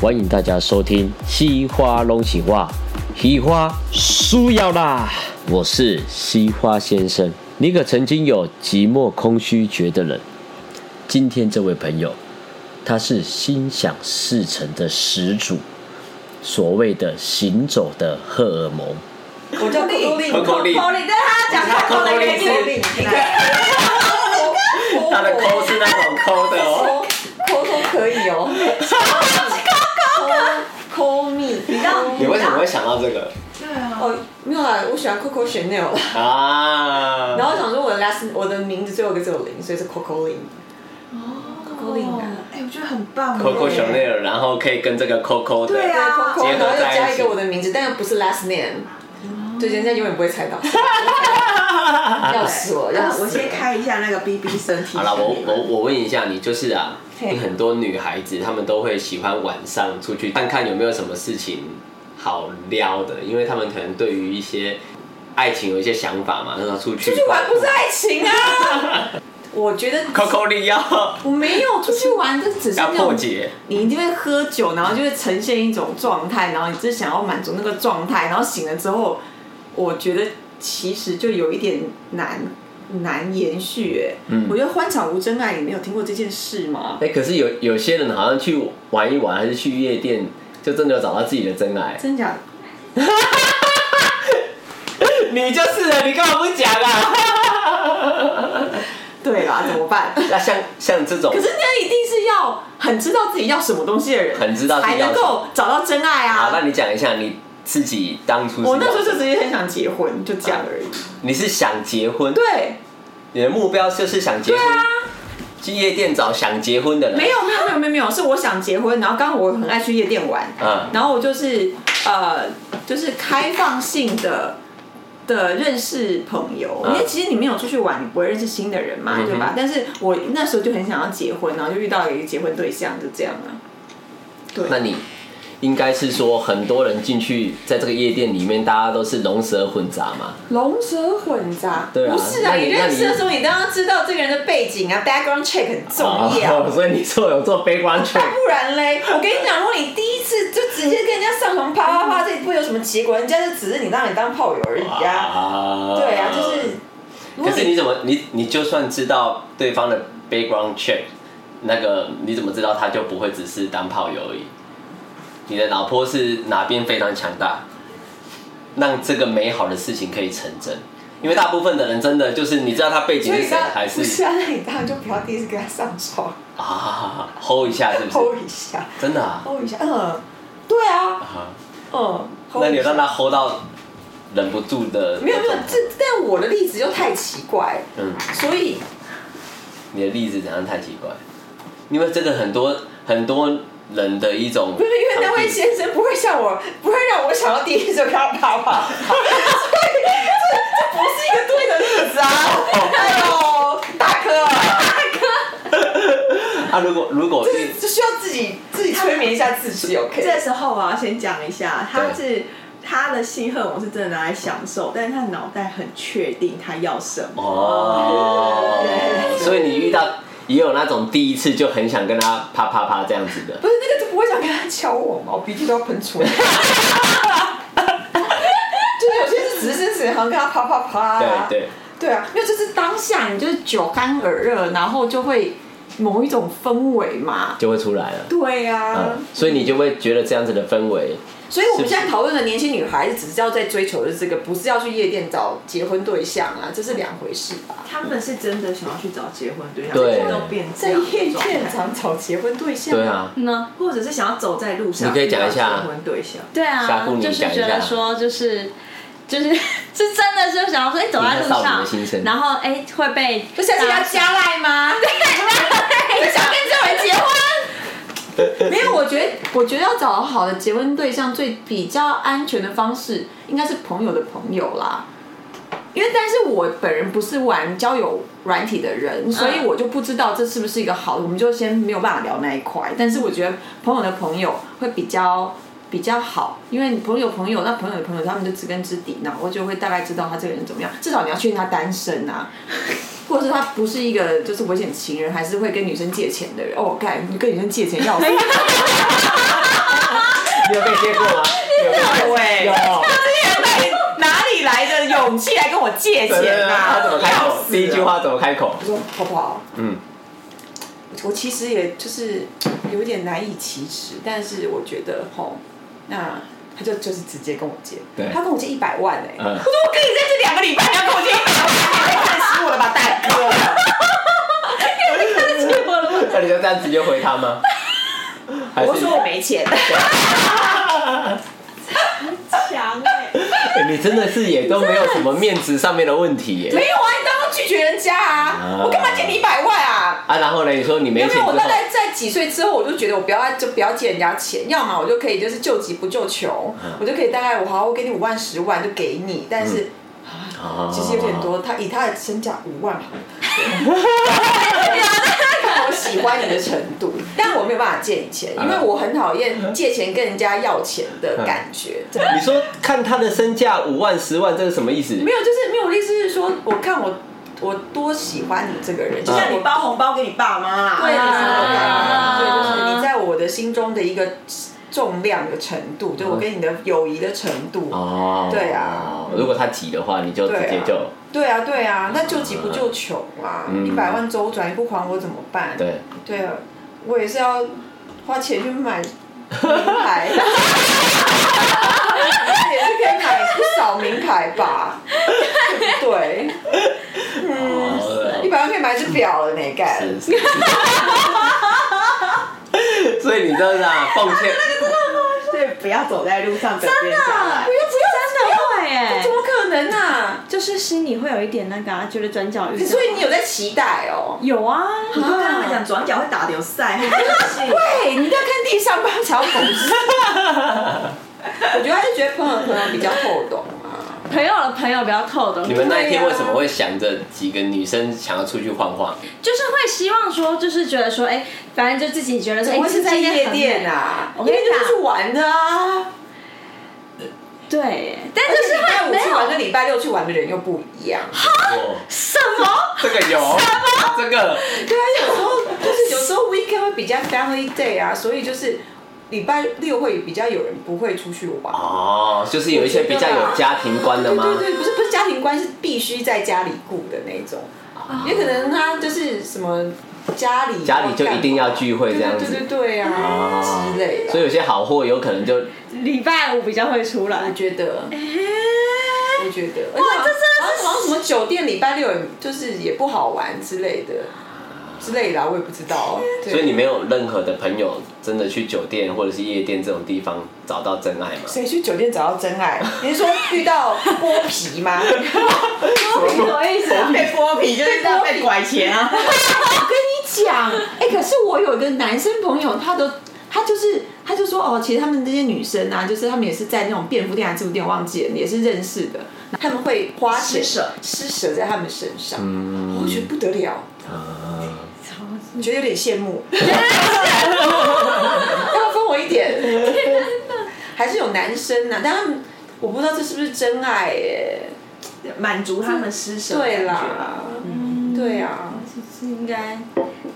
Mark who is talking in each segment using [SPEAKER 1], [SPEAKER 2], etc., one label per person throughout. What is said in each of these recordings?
[SPEAKER 1] 欢迎大家收听《西花龙喜话》，喜花输要啦！我是西花先生，你可曾经有寂寞空虚觉的人？今天这位朋友，他是心想事成的始祖，所谓的行走的荷尔蒙。
[SPEAKER 2] 我叫可口令，
[SPEAKER 3] 可口令
[SPEAKER 4] 口令，对他讲他口的原因，
[SPEAKER 2] 令，他
[SPEAKER 3] 他的抠是那种抠的哦，
[SPEAKER 2] 抠抠都可以哦，抠抠抠蜜，你知道？
[SPEAKER 3] 你为什么会想到这个
[SPEAKER 2] 哦，没有啦，我喜欢 Coco Chanel 啦。
[SPEAKER 3] 啊？
[SPEAKER 2] 然后我想说我的 last 我的名字最后一个只有零，所以是 Coco Lin。啊
[SPEAKER 4] 哦哎，我觉得很棒耶。哎
[SPEAKER 3] Coco Chanel，然然后可以跟这个 Coco
[SPEAKER 4] 对
[SPEAKER 3] 的，
[SPEAKER 4] 啊
[SPEAKER 2] 对 Coco，
[SPEAKER 3] 结合
[SPEAKER 2] 然后又
[SPEAKER 3] 在一起
[SPEAKER 2] 加一个我的名字，但又不是 last name。对，人家永远不会猜到。
[SPEAKER 3] 啊
[SPEAKER 2] 要死 我，要
[SPEAKER 4] 那
[SPEAKER 2] 死
[SPEAKER 4] 我先开一下那个 BB 身体。
[SPEAKER 3] 好了，我我我问一下你，就是啊，
[SPEAKER 2] 嘿
[SPEAKER 3] 你很多女孩子她们都会喜欢晚上出去看看有没有什么事情好撩的，因为她们可能对于一些爱情有一些想法嘛，那时候出去
[SPEAKER 2] 出去玩不是爱情啊！我觉得
[SPEAKER 3] Coco 力要
[SPEAKER 2] 我没有出去玩，这只是
[SPEAKER 3] 要
[SPEAKER 2] 那
[SPEAKER 3] 破
[SPEAKER 2] 种
[SPEAKER 3] 解，
[SPEAKER 2] 你一定会喝酒，然后就会呈现一种状态，然后你只是想要满足那个状态，然后醒了之后，我觉得其实就有一点难难延续哎、我觉得《欢场无真爱》，你没有听过这件事吗？
[SPEAKER 3] 嗯哎、可是有有些人好像去玩一玩，还是去夜店，就真的有找到自己的真爱。
[SPEAKER 2] 真假的？
[SPEAKER 3] 你就是了，你干嘛不讲 啊？
[SPEAKER 2] 对啦，怎么办？
[SPEAKER 3] 那像像这种
[SPEAKER 2] 可，是那一定是要很知道自己要什么东西的人，
[SPEAKER 3] 很知道自己
[SPEAKER 2] 才
[SPEAKER 3] 要
[SPEAKER 2] 能够找到真爱
[SPEAKER 3] 好，那
[SPEAKER 2] 啊！
[SPEAKER 3] 你讲一下你自己当初是
[SPEAKER 2] 我那时候
[SPEAKER 3] 要
[SPEAKER 2] 就直接很想结婚，就这样而已。
[SPEAKER 3] 你是想结婚，
[SPEAKER 2] 对，
[SPEAKER 3] 你的目标就是想结
[SPEAKER 2] 对
[SPEAKER 3] 婚，
[SPEAKER 2] 啊。
[SPEAKER 3] 去夜店找想结婚的人，
[SPEAKER 2] 没有没有没有没有没有，是我想结婚，然后刚好我很爱去夜店玩，
[SPEAKER 3] 嗯
[SPEAKER 2] 然后我就是呃，就是开放性的的认识朋友，
[SPEAKER 3] 嗯
[SPEAKER 2] 因为其实你没有出去玩，你不会认识新的人嘛，
[SPEAKER 3] 嗯哼
[SPEAKER 2] 对吧？但是我那时候就很想要结婚，然后就遇到一个结婚对象，就这样了。对，
[SPEAKER 3] 那你应该是说很多人进去在这个夜店里面，大家都是龙蛇混杂嘛，
[SPEAKER 2] 龙蛇混杂，
[SPEAKER 3] 对啊
[SPEAKER 2] 不是啊？
[SPEAKER 3] 那你
[SPEAKER 2] 你认识
[SPEAKER 3] 那你
[SPEAKER 2] 的时候，你当然知道这个人的背景啊，background check 很重 要。
[SPEAKER 3] 哦，所以你说有做 background check，
[SPEAKER 2] 不然嘞，我跟你讲，如果你第一次就直接跟人家上床啪啪
[SPEAKER 3] 嗯
[SPEAKER 2] 啪，这不会有什么结果，人家就只是你让你当炮友而已啊。
[SPEAKER 3] 啊
[SPEAKER 2] 对啊，就是。如果
[SPEAKER 3] 可是你怎么你你就算知道 对方的 background check，那个你怎么知道他就不会只是当炮友而已？你的老婆是哪边非常强大，让这个美好的事情可以成真？因为大部分的人真的就是你知道他背景
[SPEAKER 2] 所
[SPEAKER 3] 是
[SPEAKER 2] 以
[SPEAKER 3] 谁，
[SPEAKER 2] 当
[SPEAKER 3] 还
[SPEAKER 2] 不是
[SPEAKER 3] 是
[SPEAKER 2] 啊？那你当然就不要第一次跟他上床
[SPEAKER 3] 啊 hold 一下是不
[SPEAKER 2] ，hold
[SPEAKER 3] 是？
[SPEAKER 2] 一下
[SPEAKER 3] 真的啊，
[SPEAKER 2] ，hold 一下，嗯，对啊，
[SPEAKER 3] 啊
[SPEAKER 2] 嗯，hold
[SPEAKER 3] 那你
[SPEAKER 2] 一
[SPEAKER 3] 有让
[SPEAKER 2] 下。
[SPEAKER 3] 他 hold 到忍不住的？
[SPEAKER 2] 没有没有，这但我的例子就太奇怪，
[SPEAKER 3] 嗯。
[SPEAKER 2] 所以
[SPEAKER 3] 你的例子怎样太奇怪？因为真的很多很多人的一种，
[SPEAKER 2] 不是因为那位先生不会像我，不会让我想到第一次就跟他啪啪， 所以这这不是一个对的例子啊！哎呦，大哥，
[SPEAKER 3] 啊，如果如果
[SPEAKER 2] 这是这需要自己自己催眠一下自己
[SPEAKER 4] 这
[SPEAKER 2] ，OK？
[SPEAKER 4] 时候我要先讲一下，他
[SPEAKER 3] 对
[SPEAKER 4] 是他的性荷尔蒙是真的拿来享受，但是他脑袋很确定他要什么。
[SPEAKER 3] 哦，
[SPEAKER 4] 对
[SPEAKER 3] 所以你遇到也有那种第一次就很想跟他啪啪啪这样子的，
[SPEAKER 2] 不是那个就不会想跟他交往嘛，我鼻涕都要喷出来。 就是有些是只是只好像跟他啪啪啪、啊，
[SPEAKER 3] 对对，
[SPEAKER 2] 对啊，因为就是当下你就是酒干耳热，然后就会某一种氛围嘛。
[SPEAKER 3] 就会出来了。
[SPEAKER 2] 对呀、啊。
[SPEAKER 3] 嗯，所以你就会觉得这样子的氛围，
[SPEAKER 2] 所以我们现在讨论的年轻女孩，只是要在追求的是这个，不是要去夜店找结婚对象啊，这是两回事吧？
[SPEAKER 4] 他们是真的想要去找结婚对象，
[SPEAKER 3] 对
[SPEAKER 4] 现在都变这
[SPEAKER 2] 在
[SPEAKER 4] 样
[SPEAKER 2] 夜
[SPEAKER 4] 的状
[SPEAKER 2] 店
[SPEAKER 4] 态，
[SPEAKER 2] 场找结婚对象，
[SPEAKER 3] 对，啊，
[SPEAKER 5] 呢？
[SPEAKER 4] 或者是想要走在路上，
[SPEAKER 3] 你可以讲一下
[SPEAKER 4] 遇到结婚对象。
[SPEAKER 5] 对
[SPEAKER 3] 下
[SPEAKER 5] 啊
[SPEAKER 3] 步，你
[SPEAKER 5] 就是
[SPEAKER 3] 讲一
[SPEAKER 5] 觉
[SPEAKER 3] 下
[SPEAKER 5] 得说就是。就是是真的，就想要说，哎、走在
[SPEAKER 3] 你在少女的
[SPEAKER 5] 路
[SPEAKER 3] 心声
[SPEAKER 5] 上，然后哎、会被
[SPEAKER 2] 就下次要加赖吗？
[SPEAKER 5] 对，想跟这种人结婚，
[SPEAKER 2] 没有，我觉得我觉得要找到好的结婚对象，最比较安全的方式应该是朋友的朋友啦。因为，但是我本人不是玩交友软体的人，所以我就不知道这是不是一个好的，我们就先没有办法聊那一块。但是我觉得朋友的朋友会比较比较好，因为你朋友朋友，那朋友的朋友他们就知根知底，然后就会大概知道他这个人怎么样。至少你要确定他单身啊，或者是他不是一个就是危险情人，还是会跟女生借钱的人。哦，干，你跟女生借钱要死！
[SPEAKER 3] 你有被接过吗？
[SPEAKER 2] 对
[SPEAKER 3] 有被
[SPEAKER 2] 喂，
[SPEAKER 3] 有。
[SPEAKER 2] 哪里来的勇气来跟我借钱
[SPEAKER 3] 他怎么
[SPEAKER 2] 啊？
[SPEAKER 3] 开
[SPEAKER 2] 要
[SPEAKER 3] 口？
[SPEAKER 2] 死！
[SPEAKER 3] 第一句话怎么开口
[SPEAKER 2] 我？说好不好？
[SPEAKER 3] 嗯，
[SPEAKER 2] 我其实也就是有一点难以启齿，但是我觉得吼，那他就就是直接跟我借
[SPEAKER 3] 对，
[SPEAKER 2] 他跟我借一百万哎、我
[SPEAKER 3] 嗯
[SPEAKER 2] 说我跟你认识两个礼拜，你要跟我借一百万，你太死我了吧，大 哥！
[SPEAKER 3] 那你就这样直接回他吗？还是嗯
[SPEAKER 2] 我说我没钱，
[SPEAKER 4] 强哎、
[SPEAKER 3] 欸你真的是也都没有什么面子上面的问题耶。
[SPEAKER 2] 没有啊，你当我拒绝人家啊
[SPEAKER 3] 啊，
[SPEAKER 2] 我干嘛借你一百万啊？
[SPEAKER 3] 啊，然后呢？你说你没
[SPEAKER 2] 因
[SPEAKER 3] 钱之
[SPEAKER 2] 为
[SPEAKER 3] 后
[SPEAKER 2] 我大，概在几岁之后，我就觉得我不要就不要借人家钱，要么我就可以就是救急不救穷，我就可以大概我好，我给你五万十万就给你，但是。
[SPEAKER 3] 啊
[SPEAKER 2] 其实有点。多，他以他的身价五万好了， 看我喜欢你的程度，但我没有办法借你钱，因为我很讨厌借钱跟人家要钱的感觉。真的
[SPEAKER 3] 你说看他的身价五万、十万，这是什么意思？
[SPEAKER 2] 没有，就是没有，我的意思是说，我看我我多喜欢你这个人，就
[SPEAKER 4] 就
[SPEAKER 2] 像
[SPEAKER 4] 像
[SPEAKER 2] 你
[SPEAKER 4] 你包红包给你爸妈、啊，
[SPEAKER 2] 对你是我的
[SPEAKER 5] 啊
[SPEAKER 2] 对，就是你在我的心中的一个重量的程度，就我跟你的友谊的程度。
[SPEAKER 3] 嗯哦，
[SPEAKER 2] 对啊
[SPEAKER 3] 如果他急的话，你就直接就
[SPEAKER 2] 对啊，对啊，那救急不救穷啊！
[SPEAKER 3] 嗯
[SPEAKER 2] 一百万周转你不还我怎么办？
[SPEAKER 3] 对。
[SPEAKER 2] 对啊，我也是要花钱去买名 牌，也是可以买不少名牌吧？ 对不对，一
[SPEAKER 3] 哦
[SPEAKER 2] 百万可以买一只表了呢，干。
[SPEAKER 3] 是是是所以你知道啦，奉劝
[SPEAKER 4] 所以不要走在路上等别人啊下来
[SPEAKER 2] 不。要不要，
[SPEAKER 5] 会哎
[SPEAKER 2] 怎么可能啊？
[SPEAKER 5] 就是心里会有一点那个、啊，觉得转角遇到。
[SPEAKER 2] 所以你有在期待哦？
[SPEAKER 5] 有啊，
[SPEAKER 4] 你不跟他们讲转角会打流赛，很任性。
[SPEAKER 2] 对，你在看地上不要朝狗屎。我觉得还是觉得朋友的朋友比较厚懂啊。
[SPEAKER 5] 朋友的朋友比较透的，
[SPEAKER 3] 你们那一天为什么会想着几个女生想要出去晃晃？
[SPEAKER 5] 就是会希望说，就是觉得说，哎、反正就自己觉得说，哎、
[SPEAKER 2] 我是
[SPEAKER 5] 这
[SPEAKER 2] 在
[SPEAKER 5] 间很
[SPEAKER 2] 夜
[SPEAKER 5] 美
[SPEAKER 2] 店，啊，
[SPEAKER 5] 我
[SPEAKER 2] 夜
[SPEAKER 5] 跟你
[SPEAKER 2] 店就是
[SPEAKER 5] 讲
[SPEAKER 2] 玩的啊。
[SPEAKER 5] 对，但
[SPEAKER 2] 而
[SPEAKER 5] 就
[SPEAKER 2] 且
[SPEAKER 5] 是
[SPEAKER 2] 礼拜
[SPEAKER 5] 会
[SPEAKER 2] 五
[SPEAKER 5] 没
[SPEAKER 2] 去玩跟
[SPEAKER 5] 有
[SPEAKER 2] 礼拜六去玩的人又不一样。
[SPEAKER 3] 哦，
[SPEAKER 5] 什么，
[SPEAKER 3] 这个有，这个
[SPEAKER 2] 对啊，有时候就是有时候 weekend 会比较 family day 啊，所以就是礼拜六会比较有人不会出去玩。
[SPEAKER 3] 哦，就是有一些比较有家庭观的
[SPEAKER 2] 对
[SPEAKER 3] 吗？
[SPEAKER 2] 对对，不是不是家庭观是必须在家里顾的那种，也可能他就是什么家里
[SPEAKER 3] 家里就一定要聚会
[SPEAKER 2] 对
[SPEAKER 3] 这样
[SPEAKER 2] 对
[SPEAKER 3] 子
[SPEAKER 2] 对对对啊
[SPEAKER 3] 哦
[SPEAKER 2] 之类的。
[SPEAKER 3] 所以有些好货有可能就
[SPEAKER 5] 礼拜五比较会出
[SPEAKER 2] 我
[SPEAKER 5] 来。
[SPEAKER 2] 觉得，我觉得，
[SPEAKER 5] 哎哇这真的是
[SPEAKER 2] 然后好像什么酒店礼拜六也就是也不好玩之类的之类的啊、我也不知道。对
[SPEAKER 3] 所以你没有任何的朋友真的去酒店或者是夜店这种地方找到真爱吗？
[SPEAKER 2] 谁去酒店找到真爱？你是说遇到剥皮 吗？
[SPEAKER 5] 我什么意思啊？
[SPEAKER 4] 被剥皮就是这样被拐钱啊！
[SPEAKER 2] 我跟你讲，哎、可是我有一个男生朋友，他都他就是他就说哦，其实他们这些女生啊，就是他们也是在那种便服店还是制服店，我忘记了，也是认识的，他们会花钱
[SPEAKER 4] 施舍
[SPEAKER 2] 施舍在他们身上，我觉得不得了，
[SPEAKER 3] 啊，
[SPEAKER 2] 你觉得有点羡慕， 要不要分我一点，还是有男生呢、啊，但他们我不知道这是不是真爱耶、
[SPEAKER 4] 满足他们施舍。
[SPEAKER 2] 对啦，，
[SPEAKER 4] 嗯
[SPEAKER 2] 对啊。
[SPEAKER 5] 是应该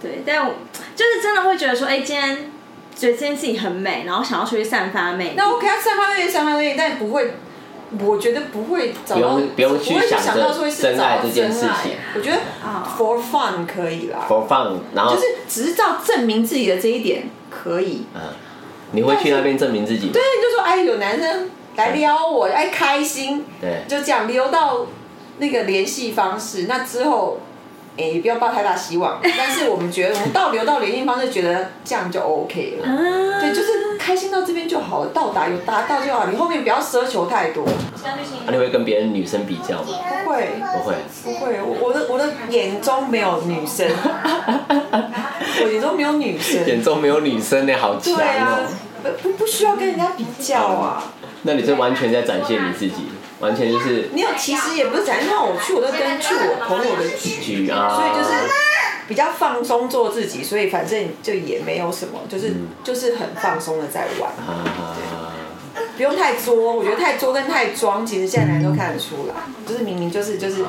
[SPEAKER 5] 对，但我就是真的会觉得说，哎、今天觉得今天自己很美，然后想要出去散发美。
[SPEAKER 2] 那 OK 啊，散发那些散发那些，但不会，我觉得不会找到，
[SPEAKER 3] 不用不用去
[SPEAKER 2] 不会去
[SPEAKER 3] 想
[SPEAKER 2] 想
[SPEAKER 3] 着
[SPEAKER 2] 到说会是
[SPEAKER 3] 真爱
[SPEAKER 2] 找到
[SPEAKER 3] 这件事
[SPEAKER 2] 真爱
[SPEAKER 3] 情
[SPEAKER 2] 我觉得
[SPEAKER 5] 啊
[SPEAKER 2] for fun 可以啦，
[SPEAKER 3] 不放，然后
[SPEAKER 2] 就是只是照证明自己的这一点可以。
[SPEAKER 3] 嗯，你会去那边证明自己吗
[SPEAKER 2] 对，你就说哎，有男生来撩我，哎，开心，
[SPEAKER 3] 对
[SPEAKER 2] 就这样留到那个联系方式。那之后，哎，也不要抱太大希 望，但是我们觉得我们到留到联系方式，觉得这样就 OK 了。
[SPEAKER 5] 啊，
[SPEAKER 2] 对，就是开心到这边就好了，到达有达到就好，你后面不要奢求太多。
[SPEAKER 3] 啊你会跟别人女生比较吗？
[SPEAKER 2] 不会，
[SPEAKER 3] 不会，
[SPEAKER 2] 不会，我我的我的眼中没有女生，我眼中没有女生。
[SPEAKER 3] 眼中没有女生呢，好强
[SPEAKER 2] 对啊
[SPEAKER 3] 哦。，
[SPEAKER 2] 不不不需要跟人家比较啊。
[SPEAKER 3] 那你是完全在展现你自己，完全就是
[SPEAKER 2] 你有其实也不是展现，像我去我都跟去我朋友的局，
[SPEAKER 3] 举啊，
[SPEAKER 2] 所以就是比较放松做自己，所以反正就也没有什么，就是
[SPEAKER 3] 嗯
[SPEAKER 2] 就是很放松的在玩，
[SPEAKER 3] 啊，
[SPEAKER 2] 不用太作。我觉得太作跟太装，其实现在男人都看得
[SPEAKER 3] 啊
[SPEAKER 2] 出来，就是明明就是就是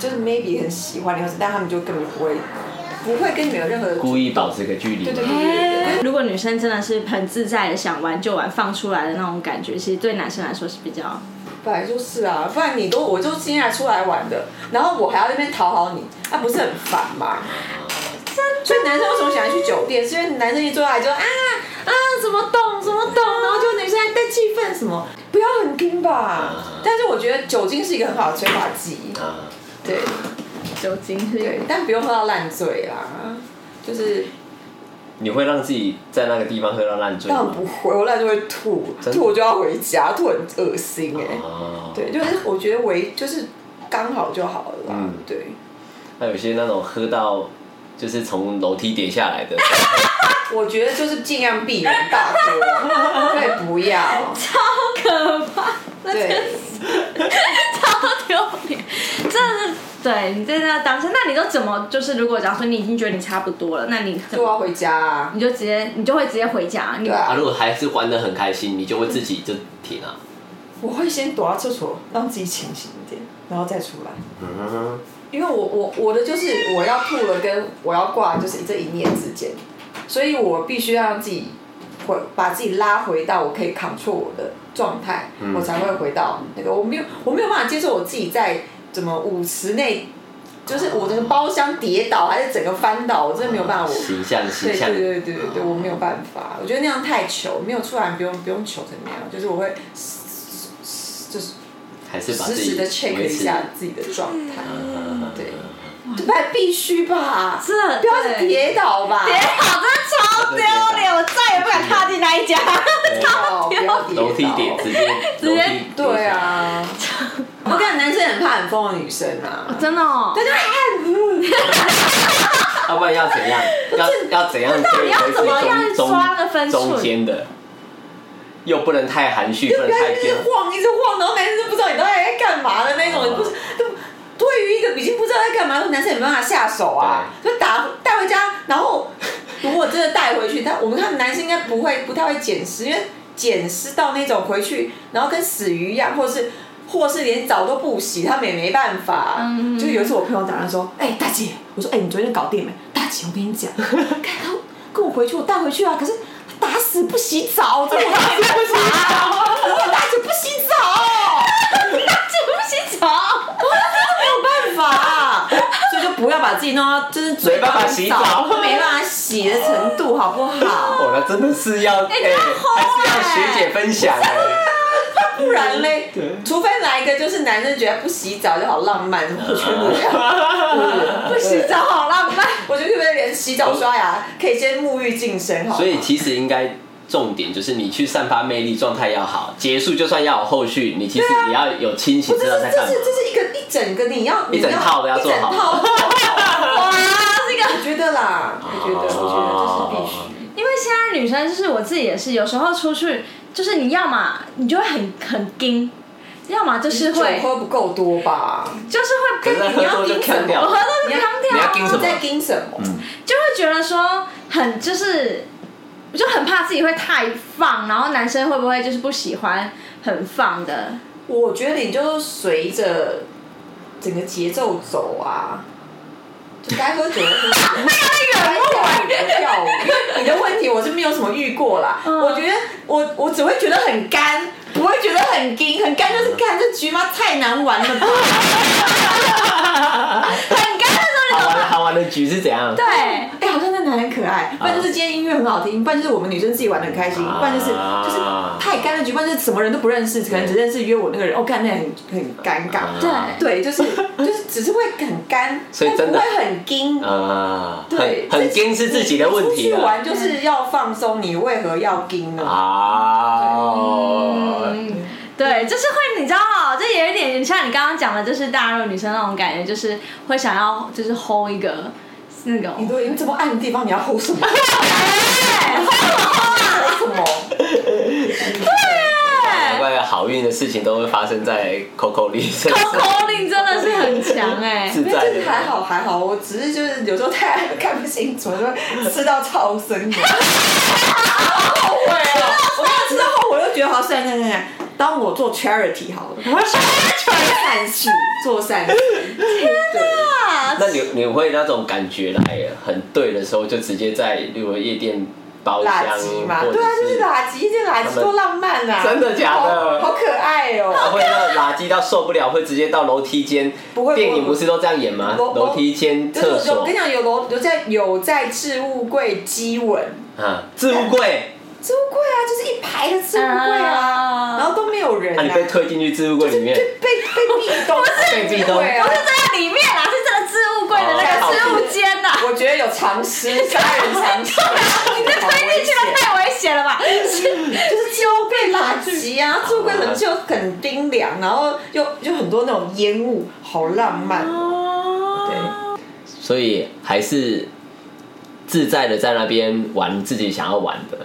[SPEAKER 2] 就是 maybe 很喜欢你，但他们就根本不会。不会跟你们有任何的
[SPEAKER 3] 故意保持个距离
[SPEAKER 2] 对对
[SPEAKER 3] 嘛。
[SPEAKER 2] 对对对
[SPEAKER 5] 哎如果女生真的是很自在的想玩就玩放出来的那种感觉，其实对男生来说是比较
[SPEAKER 2] 本来就是啊，不然你都我就今天来出来玩的，然后我还要在那边讨好你，那、不是很烦吗？所以男生为什么喜欢去酒店？是因为男生一坐下来就啊啊怎么动怎么动，然后就女生还带气氛什么，不要很拼吧。但是我觉得酒精是一个很好的催化剂，
[SPEAKER 3] 啊，
[SPEAKER 2] 对
[SPEAKER 5] 酒精
[SPEAKER 2] 对，但不用喝到烂醉啦。就是，
[SPEAKER 3] 你会让自己在那个地方喝到烂醉
[SPEAKER 2] 但我
[SPEAKER 3] 吗？
[SPEAKER 2] 不会，我烂醉会吐，
[SPEAKER 3] 真的
[SPEAKER 2] 吐我就要回家，吐很恶心哎、
[SPEAKER 3] 哦，
[SPEAKER 2] 对，就是我觉得唯就是刚好就好了啦。
[SPEAKER 3] 嗯
[SPEAKER 2] 对，
[SPEAKER 3] 那有些那种喝到就是从楼梯跌下来的，
[SPEAKER 2] 我觉得就是尽量避免大哥，对，不要，
[SPEAKER 5] 超可怕，那真
[SPEAKER 2] 对
[SPEAKER 5] 是超丢脸，真的是。对你在那当下，那你都怎么就是？如果假如说你已经觉得你差不多了，那你怎
[SPEAKER 2] 就
[SPEAKER 5] 么？
[SPEAKER 2] 要回家啊。
[SPEAKER 5] 你就直接你就会直接回家，你
[SPEAKER 2] 对啊
[SPEAKER 3] 啊，如果还是玩的很开心，你就会自己就停啊了。
[SPEAKER 2] 我会先躲到厕所，让自己清醒一点，然后再出来。
[SPEAKER 3] 嗯，
[SPEAKER 2] 因为我我我的就是我要吐了，跟我要挂了就是这一念之间，所以我必须要让自己回把自己拉回到我可以 control 我的状态，我才会回到那个我没有我没有办法接受我自己在怎么舞池内，就是我整个包厢跌倒还是整个翻倒，我真的没有办法我。
[SPEAKER 3] 形象形
[SPEAKER 2] 对
[SPEAKER 3] 象，
[SPEAKER 2] 对对对对
[SPEAKER 3] 哦
[SPEAKER 2] 对，我没有办法，我觉得那样太糗，没有出来不用不用糗成那样，就是我会就是
[SPEAKER 3] 还是把
[SPEAKER 2] 实
[SPEAKER 3] 自己
[SPEAKER 2] 时的 check
[SPEAKER 3] 维
[SPEAKER 2] 一
[SPEAKER 3] 持
[SPEAKER 2] 下自己的状态。
[SPEAKER 3] 嗯
[SPEAKER 2] 对对吧？必须吧，
[SPEAKER 5] 这
[SPEAKER 2] 不要是跌倒吧，
[SPEAKER 5] 别跑，真的超丢脸，我再也不敢踏进那一家。
[SPEAKER 2] 倒不要跌倒
[SPEAKER 3] 楼梯点直接
[SPEAKER 5] 直接
[SPEAKER 3] 楼梯跌
[SPEAKER 2] 对
[SPEAKER 3] 下来，
[SPEAKER 2] 啊，我跟你讲男生很怕很疯的女生啊，
[SPEAKER 5] 真的、哦，
[SPEAKER 2] 对嗯对，
[SPEAKER 3] 要不然要怎样？要要怎样可以
[SPEAKER 5] 要怎么样
[SPEAKER 3] 维持中
[SPEAKER 5] 抓个分
[SPEAKER 3] 中
[SPEAKER 5] 寸
[SPEAKER 3] 中间的？又不能太含蓄，不
[SPEAKER 2] 不
[SPEAKER 3] 能
[SPEAKER 2] 要
[SPEAKER 3] 太
[SPEAKER 2] 一直
[SPEAKER 3] 偏。哦
[SPEAKER 2] 晃一直晃，然后男生都不知道你到底在干嘛的那种，你不是都对于一个已经不知道在干嘛，男生也没办法下手啊，就打带回家，然后如果真的带回去，他我们看男生应该不会不太会捡尸，因为捡尸到那种回去，然后跟死鱼一样，或者是。或者是连澡都不洗，他们也没办法。
[SPEAKER 5] 嗯
[SPEAKER 2] 就有一次我朋友打电话说：“哎、大姐，我说哎、你昨天搞定没？大姐，我跟你讲，看他跟我回去，我带回去啊，可是他打死不洗澡，这我打 死不洗澡，我大姐不洗澡。”
[SPEAKER 5] 这不洗澡，
[SPEAKER 2] 没有办法、啊所以就不要把自己弄到就是嘴巴
[SPEAKER 3] 没办法洗澡
[SPEAKER 2] 没办法洗的程度，好不好？
[SPEAKER 3] 哦，那真的是要哎、
[SPEAKER 5] 这样好
[SPEAKER 3] 还是要学姐分享哎、
[SPEAKER 2] 不然 嘞，除非来一个就是男生觉得不洗澡就好浪漫，我觉得不要，
[SPEAKER 5] 不洗澡好浪漫。
[SPEAKER 2] 我觉得可不可以连洗澡刷牙可以先沐浴净身，好吗？
[SPEAKER 3] 所以其实应该重点就是你去散发魅力，状态要好，结束就算要有后续，你其实也要有清醒
[SPEAKER 2] 这
[SPEAKER 3] 知道
[SPEAKER 2] 是
[SPEAKER 3] 在
[SPEAKER 2] 这
[SPEAKER 3] 干嘛
[SPEAKER 2] 是。这是一个一整个你要
[SPEAKER 3] 一整套的要做好
[SPEAKER 2] 一整套的
[SPEAKER 5] 哇，这个
[SPEAKER 2] 我觉得啦，我觉得我觉
[SPEAKER 3] 哦
[SPEAKER 2] 得这是必须。
[SPEAKER 5] 因为现在女生就是我自己也是，有时候出去就是你要么你就会很很盯，要么就是会
[SPEAKER 2] 酒喝不够多吧？
[SPEAKER 5] 就是会
[SPEAKER 3] 可是
[SPEAKER 5] 跟
[SPEAKER 3] 喝
[SPEAKER 5] 你要
[SPEAKER 3] 多就
[SPEAKER 5] 盯什
[SPEAKER 3] 看
[SPEAKER 5] 么，
[SPEAKER 3] 掉
[SPEAKER 5] 我
[SPEAKER 3] 了
[SPEAKER 5] 喝都是扛
[SPEAKER 3] 你
[SPEAKER 5] 掉
[SPEAKER 3] 要
[SPEAKER 5] 啊，
[SPEAKER 3] 盯什么嗯
[SPEAKER 2] 在盯什么？
[SPEAKER 5] 就会觉得说很就是就很怕自己会太放，然后男生会不会就是不喜欢很放的？
[SPEAKER 2] 我觉得你就随着整个节奏走啊，就该喝酒的喝酒，该跳舞的跳舞。因为你的问题我是没有什么遇过啦，
[SPEAKER 5] 嗯
[SPEAKER 2] 我觉得我我只会觉得很干，不会觉得很硬，很干就是干，这局妈太难玩了吧。
[SPEAKER 5] 很干的时候你
[SPEAKER 3] 好
[SPEAKER 5] 怎么
[SPEAKER 3] 玩的好玩的局是怎样？
[SPEAKER 5] 对？
[SPEAKER 2] 哎、好像那男很可爱，不然就是今天音乐很好听，不然就是我们女生自己玩的很开心，
[SPEAKER 3] 啊
[SPEAKER 2] 不然就是就是太干的局，不然就是什么人都不认识，可能只认识约我那个人，哦，干那很很尴尬。
[SPEAKER 3] 啊
[SPEAKER 5] 对
[SPEAKER 2] 对， 就是就是只是会很干，
[SPEAKER 3] 所以
[SPEAKER 2] 但
[SPEAKER 3] 真的
[SPEAKER 2] 不会很硬。
[SPEAKER 3] 啊，
[SPEAKER 2] 对，
[SPEAKER 3] 很很
[SPEAKER 2] 自己
[SPEAKER 3] 硬是自己的问
[SPEAKER 2] 你
[SPEAKER 3] 题
[SPEAKER 2] 出去
[SPEAKER 3] 了
[SPEAKER 2] 玩就是要放松，你为何要硬呢？
[SPEAKER 3] 啊。哦
[SPEAKER 5] 嗯，对，就是会，你知道吗？这也有一点像你刚刚讲的，就是大陆女生那种感觉，就是会想要就是 hold 一个那
[SPEAKER 2] 你
[SPEAKER 5] 种，
[SPEAKER 2] 都你这么暗的地方，你要吼什么？
[SPEAKER 5] 哎
[SPEAKER 2] 吼什么？
[SPEAKER 3] 难怪好运的事情都会发生在 Coco 里身上，
[SPEAKER 5] ，Coco 令真的是很强哎、
[SPEAKER 3] 自
[SPEAKER 2] 没有
[SPEAKER 3] 在
[SPEAKER 2] 就是还
[SPEAKER 3] 的。
[SPEAKER 2] 好还好，我只是就是有时候太暗看不清楚，就吃到超生的。后悔哦！我刚刚吃到后悔，我就觉得好算算算算，当我做 charity 好了，做善事，做善事。天哪！
[SPEAKER 5] 啊，
[SPEAKER 3] 那你你会那种感觉来很对的时候，就直接在例如夜店包厢
[SPEAKER 2] 垃圾嘛，
[SPEAKER 3] 或者
[SPEAKER 2] 对啊，就是垃圾，这垃圾多浪漫呐、啊！
[SPEAKER 3] 真的假的
[SPEAKER 2] 好好可爱哦、
[SPEAKER 3] 会到垃圾到受不了，会直接到楼梯间。
[SPEAKER 2] 不会
[SPEAKER 3] 电影不是都这样演吗？
[SPEAKER 2] 我我
[SPEAKER 3] 楼梯间、
[SPEAKER 2] 就是
[SPEAKER 3] 厕
[SPEAKER 2] 有我
[SPEAKER 3] 所
[SPEAKER 2] 跟你，讲，有楼有在有在置物柜激吻，
[SPEAKER 3] 啊，置物柜，
[SPEAKER 2] 置物柜啊，就是一排的置物柜啊，
[SPEAKER 5] 啊
[SPEAKER 2] 然后都没有人
[SPEAKER 3] 那、
[SPEAKER 2] 啊，
[SPEAKER 3] 你被推进去置物柜里
[SPEAKER 2] 被
[SPEAKER 3] 面，
[SPEAKER 2] 被被壁咚，
[SPEAKER 3] 被壁咚
[SPEAKER 2] 对啊
[SPEAKER 5] 不是在里面啦，是真的置物柜的那
[SPEAKER 3] 哦
[SPEAKER 5] 个置物间呐。
[SPEAKER 2] 我觉得有藏尸，杀人藏 尸，
[SPEAKER 5] 啊你这推进去了，太危险了吧？
[SPEAKER 2] 就是 就被垃圾啊，置物柜可能就很冰凉，然后又就很多那种烟雾，好浪漫哦。对，
[SPEAKER 3] 所以还是自在的在那边玩自己想要玩的。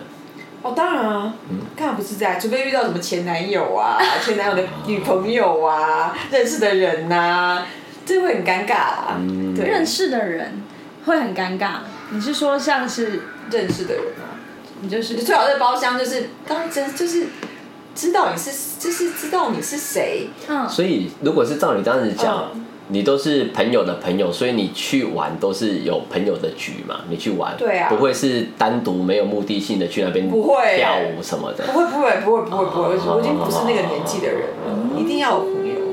[SPEAKER 2] 哦，当然啊，干嘛不是在？除非遇到什么前男友啊、前男友的女朋友啊、认识的人呐、啊，这会很尴尬啊。对，
[SPEAKER 5] 认识的人会很尴尬。你是说像是
[SPEAKER 2] 认识的人啊，
[SPEAKER 5] 你就是
[SPEAKER 2] 你最好在包厢就是当真就是知道你是，就是知道你是谁，
[SPEAKER 5] 嗯，
[SPEAKER 3] 所以如果是照你这样子讲，
[SPEAKER 2] 嗯
[SPEAKER 3] 你都是朋友的朋友，所以你去玩都是有朋友的局嘛，你去玩，
[SPEAKER 2] 对啊
[SPEAKER 3] 不会是单独没有目的性的去那边
[SPEAKER 2] 不会
[SPEAKER 3] 跳舞什么的
[SPEAKER 2] 不。会不会不会不会不会，
[SPEAKER 3] 哦
[SPEAKER 2] 我已经不是那个年纪的人了，一定要有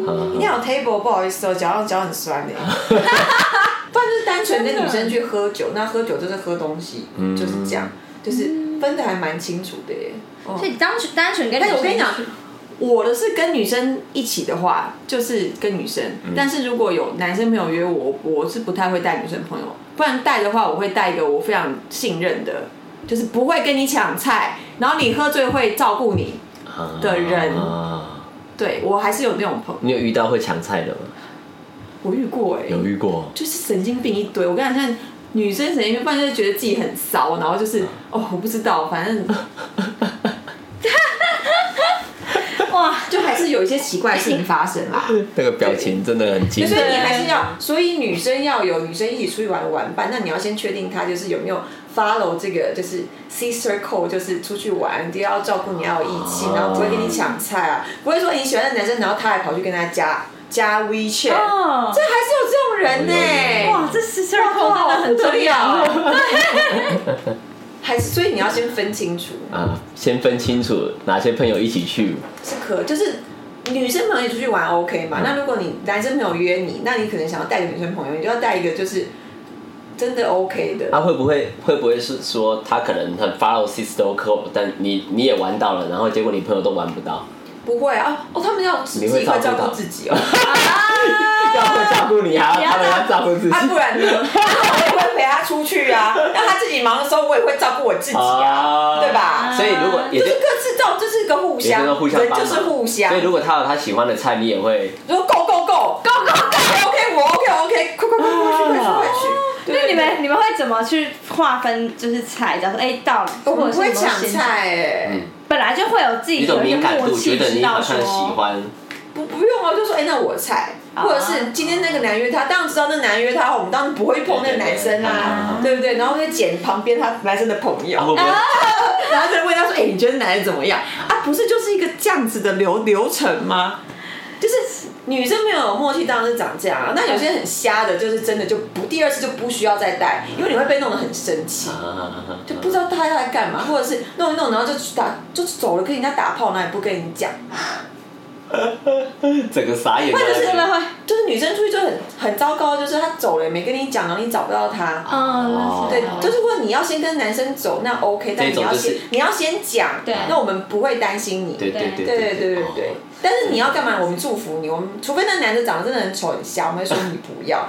[SPEAKER 2] 朋友，一定要有 table。不好意思哦，脚上脚很酸的。嗯 不然就是单纯跟女生去喝酒，那喝酒就是喝东西，就是这样，就是分的还蛮清楚的耶。哦
[SPEAKER 5] 所以单纯单纯跟
[SPEAKER 2] 但是我
[SPEAKER 5] 女生
[SPEAKER 2] 跟你讲
[SPEAKER 5] 去，
[SPEAKER 2] 我的是跟女生一起的话，就是跟女生。但是如果有男生朋友约我，我是不太会带女生朋友。不然带的话，我会带一个我非常信任的，就是不会跟你抢菜，然后你喝醉会照顾你。
[SPEAKER 3] 啊
[SPEAKER 2] 的人
[SPEAKER 3] 啊
[SPEAKER 2] 对我还是有那种朋友，
[SPEAKER 3] 你有遇到会抢菜的吗？
[SPEAKER 2] 我遇过哎、
[SPEAKER 3] 有遇过，
[SPEAKER 2] 就是神经病一堆。我跟你讲，像女生神经病，不然就是觉得自己很骚，然后就是哦，我不知道，反正
[SPEAKER 5] 哇，
[SPEAKER 2] 就还是有一些奇怪的事情发生啦。
[SPEAKER 3] 那个表情真的很惊
[SPEAKER 2] 所以
[SPEAKER 3] 人。
[SPEAKER 2] 你还是要，所以女生要有女生一起出去玩的玩伴，那你要先确定她就是有没有 follow 这个就是 sister code，就是出去玩，第二要照顾你要有义气，
[SPEAKER 3] 哦
[SPEAKER 2] 然后不会跟你抢菜啊，不会说你喜欢的男生，然后他还跑去跟他加加 WeChat，、
[SPEAKER 5] 哦
[SPEAKER 2] 这，还是有这种人呢、
[SPEAKER 5] 哇，这 sister code 真的很重要。
[SPEAKER 2] 还是所以你要先分清楚，
[SPEAKER 3] 啊，先分清楚哪些朋友一起去，
[SPEAKER 2] 是可就是女生朋友一起出去玩 OK 嘛？那如果你男生朋友约你，那你可能想要带个女生朋友，你就要带一个就是真的 OK 的。
[SPEAKER 3] 他、啊会不会会不会是说他可能很 follow sister code，但你你也玩到了，然后结果你朋友都玩不到，
[SPEAKER 2] 不会啊，哦，他们要自己会照顾自己哦，
[SPEAKER 3] 要会照顾你，还要他们要照顾自己
[SPEAKER 2] 啊，不然呢？ 我也会陪他出去啊，那他自己忙的时候，我也会照顾我自己啊，
[SPEAKER 3] 啊
[SPEAKER 2] 对？吧？
[SPEAKER 3] 所以如果也
[SPEAKER 2] 就
[SPEAKER 3] 就是
[SPEAKER 2] 各自照，就是一个互
[SPEAKER 3] 也
[SPEAKER 2] 相，
[SPEAKER 3] 就是互相
[SPEAKER 2] 人
[SPEAKER 3] 帮忙
[SPEAKER 2] 就是互相
[SPEAKER 3] 所以。如果他有他喜欢的菜，你也会
[SPEAKER 2] 如果 go go go go go go OK，我 OK 我 OK，快快快
[SPEAKER 3] 啊
[SPEAKER 2] 快去快去快去！
[SPEAKER 5] 那
[SPEAKER 2] 对
[SPEAKER 5] 你们你们会怎么去划分？就是菜，假如说哎到了，
[SPEAKER 2] 我
[SPEAKER 5] 或者
[SPEAKER 2] 们
[SPEAKER 5] 是
[SPEAKER 2] 不会
[SPEAKER 5] 有没有
[SPEAKER 2] 抢
[SPEAKER 5] 先
[SPEAKER 2] 菜哎、
[SPEAKER 3] 嗯
[SPEAKER 5] 本来就会有自己
[SPEAKER 3] 一种
[SPEAKER 5] 的一
[SPEAKER 3] 敏
[SPEAKER 5] 个
[SPEAKER 3] 感
[SPEAKER 5] 默
[SPEAKER 3] 度，觉
[SPEAKER 5] 契，
[SPEAKER 3] 得
[SPEAKER 5] 知
[SPEAKER 3] 你好
[SPEAKER 5] 道
[SPEAKER 3] 像
[SPEAKER 5] 说
[SPEAKER 3] 喜欢，
[SPEAKER 2] 不不用啊，就说哎、那我菜，或者是今天那个男约他，当然知道那男约他，我们当然不会碰那个男生啊，对不对？然后就捡旁边他男生的朋友
[SPEAKER 3] 他，会不会
[SPEAKER 2] 然后就问他说：“哎、你觉得男人怎么样？”啊，不是就是一个这样子的流流程吗？就是女生没有默契，当然是长这样啊。那有些很瞎的，就是真的就不第二次就不需要再带，因为你会被弄得很生气，
[SPEAKER 3] 啊
[SPEAKER 2] 就不知道他要来干嘛，或者是弄一弄，然后就去打就走了，跟人家打炮，那也不跟你讲。
[SPEAKER 3] 整个傻眼
[SPEAKER 2] 或者是
[SPEAKER 3] 在那边，
[SPEAKER 2] 就是女生出去就很很糟糕，就是她走了也没跟你讲，然后你找不到她。
[SPEAKER 5] 嗯，
[SPEAKER 2] 对，
[SPEAKER 3] 哦
[SPEAKER 2] 就是如果你要先跟男生走，那 OK，但
[SPEAKER 3] 这
[SPEAKER 2] 你
[SPEAKER 3] 种
[SPEAKER 2] 要
[SPEAKER 3] 就是
[SPEAKER 2] 先你要先讲
[SPEAKER 5] 对，
[SPEAKER 2] 那我们不会担心你。
[SPEAKER 3] 对对
[SPEAKER 5] 对
[SPEAKER 2] 对对
[SPEAKER 3] 对
[SPEAKER 2] 对对对。但是你要干嘛？我们祝福你。我们除非那男的长得真的很丑很瞎，我们会说你不 要。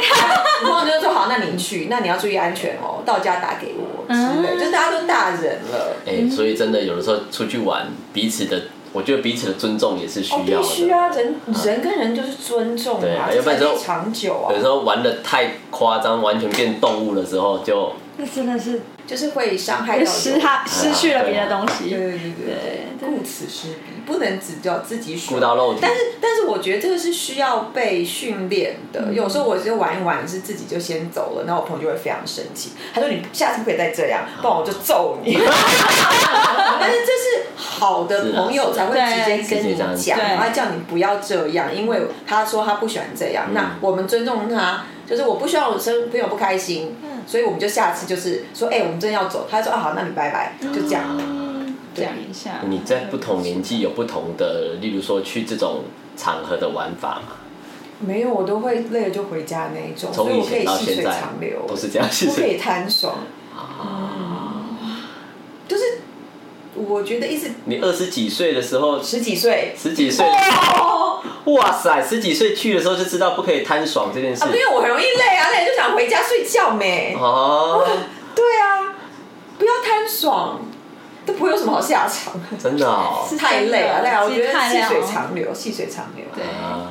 [SPEAKER 2] 然后就说好，那你去，那你要注意安全哦，到家打给我之类。就是大家都大人了，
[SPEAKER 3] 哎，所以真的有的时候出去玩，彼此的，我觉得彼此的尊重也是需
[SPEAKER 2] 哦，
[SPEAKER 3] 要
[SPEAKER 2] 必须
[SPEAKER 3] 的。
[SPEAKER 2] 啊，人人跟人就是尊重
[SPEAKER 3] 对
[SPEAKER 2] 啊
[SPEAKER 3] 啊，
[SPEAKER 2] 这
[SPEAKER 3] 要不
[SPEAKER 2] 才
[SPEAKER 3] 然
[SPEAKER 2] 可以
[SPEAKER 3] 就
[SPEAKER 2] 长久啊
[SPEAKER 3] 有。时候玩的太夸张，完全变动物的时候，就
[SPEAKER 5] 那真的是
[SPEAKER 2] 就是会伤害到
[SPEAKER 5] 失他失去了别的东
[SPEAKER 2] 对
[SPEAKER 5] 西。
[SPEAKER 2] 对对对，顾此失彼，不能只叫自己爽
[SPEAKER 3] 顾到肉体
[SPEAKER 2] 但是，但是我觉得这个是需要被训练的。有时候我就玩一玩，是自己就先走了，然后我朋友就会非常生气，他说：“你下次不可以再这样，不然我就揍你。”但是这是好的朋友才会直接跟你
[SPEAKER 3] 是
[SPEAKER 2] 讲，
[SPEAKER 5] 啊
[SPEAKER 2] 然后叫你不要这样，因为他说他不喜欢这样。那我们尊重他，就是我不希望我身朋友不开心，所以我们就下次就是说，哎、我们真的要走，他就说啊好，那你拜拜，就这样。对
[SPEAKER 5] 讲一下。
[SPEAKER 3] 你在不同年纪有不同的，例如说去这种场合的玩法嘛，
[SPEAKER 2] 没有，我都会累了就回家那一种，所
[SPEAKER 3] 从
[SPEAKER 2] 以
[SPEAKER 3] 以
[SPEAKER 2] 我可
[SPEAKER 3] 前
[SPEAKER 2] 以
[SPEAKER 3] 到
[SPEAKER 2] 细
[SPEAKER 3] 现
[SPEAKER 2] 水
[SPEAKER 3] 在
[SPEAKER 2] 长流，欸
[SPEAKER 3] 都是这样，啊其
[SPEAKER 2] 不可以
[SPEAKER 3] 实
[SPEAKER 2] 贪爽，嗯就是我觉得一直
[SPEAKER 3] 你二十几岁的时候，
[SPEAKER 2] 十几岁
[SPEAKER 3] 十几岁，哇塞，十几岁去的时候就知道不可以贪爽这件事
[SPEAKER 2] 啊，因为我很容易累啊，累就想回家睡觉没。
[SPEAKER 3] 哦，
[SPEAKER 2] 对啊，不要贪爽，都不会有什么好下场。
[SPEAKER 3] 真的哦，
[SPEAKER 5] 是
[SPEAKER 2] 太累了，
[SPEAKER 5] 真的
[SPEAKER 2] 累啊！我觉得
[SPEAKER 5] 太累
[SPEAKER 2] 细
[SPEAKER 5] 了
[SPEAKER 2] 水长流，细水长流啊。
[SPEAKER 5] 对
[SPEAKER 3] 啊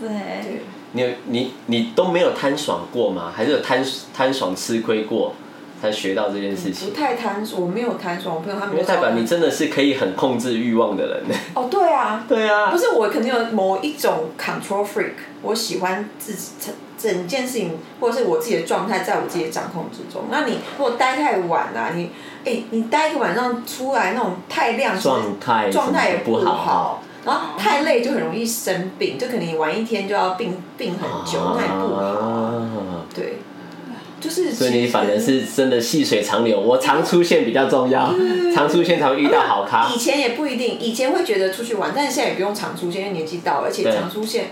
[SPEAKER 5] 对，
[SPEAKER 2] 对，
[SPEAKER 3] 你有你你都没有贪爽过吗？还是有贪贪爽吃亏过，才学到这件事
[SPEAKER 2] 不
[SPEAKER 3] 情？
[SPEAKER 2] 太贪，我没有贪爽，我朋友他们
[SPEAKER 3] 因为
[SPEAKER 2] 都
[SPEAKER 3] 代
[SPEAKER 2] 超
[SPEAKER 3] 表
[SPEAKER 2] 贪
[SPEAKER 3] 你真的是可以很控制欲望的人。
[SPEAKER 2] 哦，对啊，
[SPEAKER 3] 对啊，
[SPEAKER 2] 不是我可能有某一种 control freak，我喜欢自己整整件事情或者是我自己的状态在我自己的掌控之中。那你如果待太晚啊，你哎、你待一个晚上出来那种太亮，其实
[SPEAKER 3] 状态
[SPEAKER 2] 状态也
[SPEAKER 3] 什么都不好
[SPEAKER 2] 好。然后太累就很容易生病，就可能你玩一天就要病病很久，那也不好。
[SPEAKER 3] 啊
[SPEAKER 2] 对，就是
[SPEAKER 3] 所以你
[SPEAKER 2] 其实
[SPEAKER 3] 反正是真的细水长流，我常出现比较重要，常出现才会遇到好咖
[SPEAKER 2] 以。前也不一定，以前会觉得出去玩，但是现在也不用常出现，因为年纪到了，而且
[SPEAKER 3] 对
[SPEAKER 2] 常出现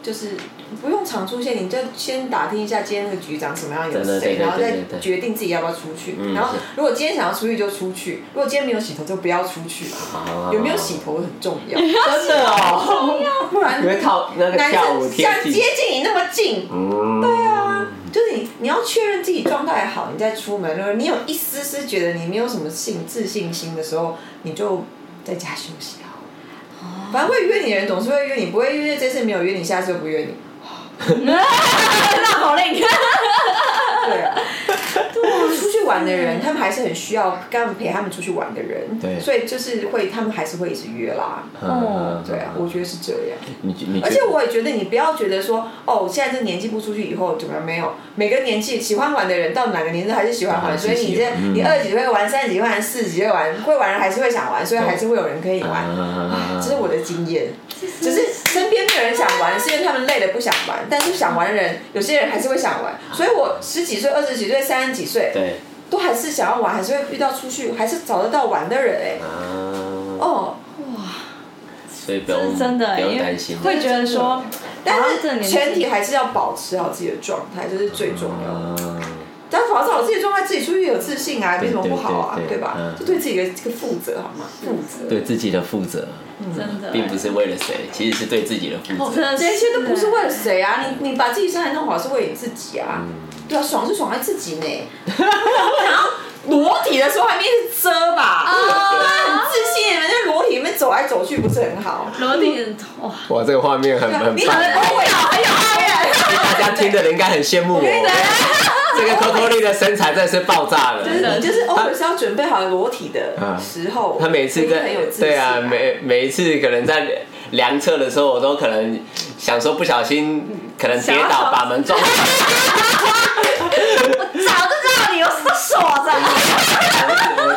[SPEAKER 2] 就是不用常出现，你就先打听一下今天那个局长什么样有
[SPEAKER 3] 真的对
[SPEAKER 2] 谁，
[SPEAKER 3] 对
[SPEAKER 2] 然后
[SPEAKER 3] 对对
[SPEAKER 2] 再
[SPEAKER 3] 对
[SPEAKER 2] 决定自己要不要出去。
[SPEAKER 3] 嗯
[SPEAKER 2] 然后
[SPEAKER 3] 是
[SPEAKER 2] 如果今天想要出去就出去，如果今天没有洗头就不要出去。
[SPEAKER 3] 啊
[SPEAKER 2] 有没有洗？头很重 要，
[SPEAKER 3] 真的哦，
[SPEAKER 2] 不然
[SPEAKER 3] 因为套那个
[SPEAKER 2] 男
[SPEAKER 3] 跳舞
[SPEAKER 2] 生
[SPEAKER 3] 贴
[SPEAKER 2] 想接
[SPEAKER 3] 近，
[SPEAKER 2] 近你那么近，
[SPEAKER 3] 嗯，对啊，
[SPEAKER 2] 就是你，你要确认自己状态好，你再出门。如果你有一丝丝觉得你没有什么信自信心的时候，你就在家休息好了。反正会约你的人总是会约你，不会约这次没有约你，下次就不约你。
[SPEAKER 5] 那好累，
[SPEAKER 2] 对啊，对出去玩的人，他们还是很需要跟他们陪他们出去玩的人，
[SPEAKER 3] 对
[SPEAKER 2] 所以就是会，他们还是会一直约啦。
[SPEAKER 5] 哦
[SPEAKER 2] 对啊，我觉得是这样。
[SPEAKER 3] 你你觉
[SPEAKER 2] 而
[SPEAKER 3] 得
[SPEAKER 2] 且我也觉得你不要觉得说，哦，现在这年纪不出去以后怎么样？没有，每个年纪喜欢玩的人到哪个年纪还是喜欢
[SPEAKER 3] 还
[SPEAKER 2] 玩，
[SPEAKER 3] 是
[SPEAKER 2] 所以你这
[SPEAKER 3] 喜欢
[SPEAKER 2] 你
[SPEAKER 3] 嗯
[SPEAKER 2] 二十几岁会玩，三十几岁玩，四十几岁玩，会玩人还是会想玩，所以还是会有人可以玩。
[SPEAKER 3] 啊
[SPEAKER 2] 这是我的经验，只是身边没有人想玩，是因为他们累了不想玩，但是想玩的人，有些人还是会想玩，所以我十几岁、二十几岁、三十几岁，
[SPEAKER 3] 对
[SPEAKER 2] 都还是想要玩，还是会遇到出去，还是找得到玩的人哎、
[SPEAKER 3] 啊，
[SPEAKER 2] 哦，
[SPEAKER 3] 所以不
[SPEAKER 5] 这
[SPEAKER 3] 用
[SPEAKER 5] 是 真的，
[SPEAKER 3] 不用
[SPEAKER 5] 因为
[SPEAKER 3] 担心，
[SPEAKER 5] 会觉得说，好像这个
[SPEAKER 2] 但
[SPEAKER 5] 年
[SPEAKER 2] 是
[SPEAKER 5] 纪
[SPEAKER 2] 前提还是要保持好自己的状态，这是最重要的。
[SPEAKER 3] 啊
[SPEAKER 2] 但保持好自己的状态，自己出去有自信啊，没什么不好啊，
[SPEAKER 3] 对对对
[SPEAKER 2] 对吧
[SPEAKER 3] 嗯？
[SPEAKER 2] 就对自己的这个负责好吗？负责，
[SPEAKER 3] 对自己的负责，
[SPEAKER 5] 真的
[SPEAKER 3] 并不是为了谁，其实是对自己的负责。
[SPEAKER 5] 真的
[SPEAKER 2] 这些都不是为了谁啊，你你把自己身材弄好是为你自己啊，
[SPEAKER 3] 嗯
[SPEAKER 2] 对啊，爽是爽在自己呢。 然后裸体的时候还没一直遮吧，对啊，很自信，人家裸体里面走来走去不是很好？
[SPEAKER 5] 罗定哇，
[SPEAKER 3] 哇，这个画面很
[SPEAKER 2] 你很
[SPEAKER 5] 哦
[SPEAKER 3] 棒
[SPEAKER 2] 欧美啊，很有 爱耶。
[SPEAKER 3] 大家听的人应该很羡慕 我， 这个 Coco 丽的身材真的是爆炸了。
[SPEAKER 2] 就是你就是 always 要准备好裸体的
[SPEAKER 3] 嗯
[SPEAKER 2] 时候，
[SPEAKER 3] 啊他每次
[SPEAKER 2] 你
[SPEAKER 3] 在
[SPEAKER 2] 很有自信
[SPEAKER 3] 对啊，每每一次可能在量测的时候，我都可能想说不小心可能跌
[SPEAKER 5] 想要
[SPEAKER 3] 倒
[SPEAKER 5] 说
[SPEAKER 3] 把门 撞破，
[SPEAKER 5] 早就知道你有什么锁着，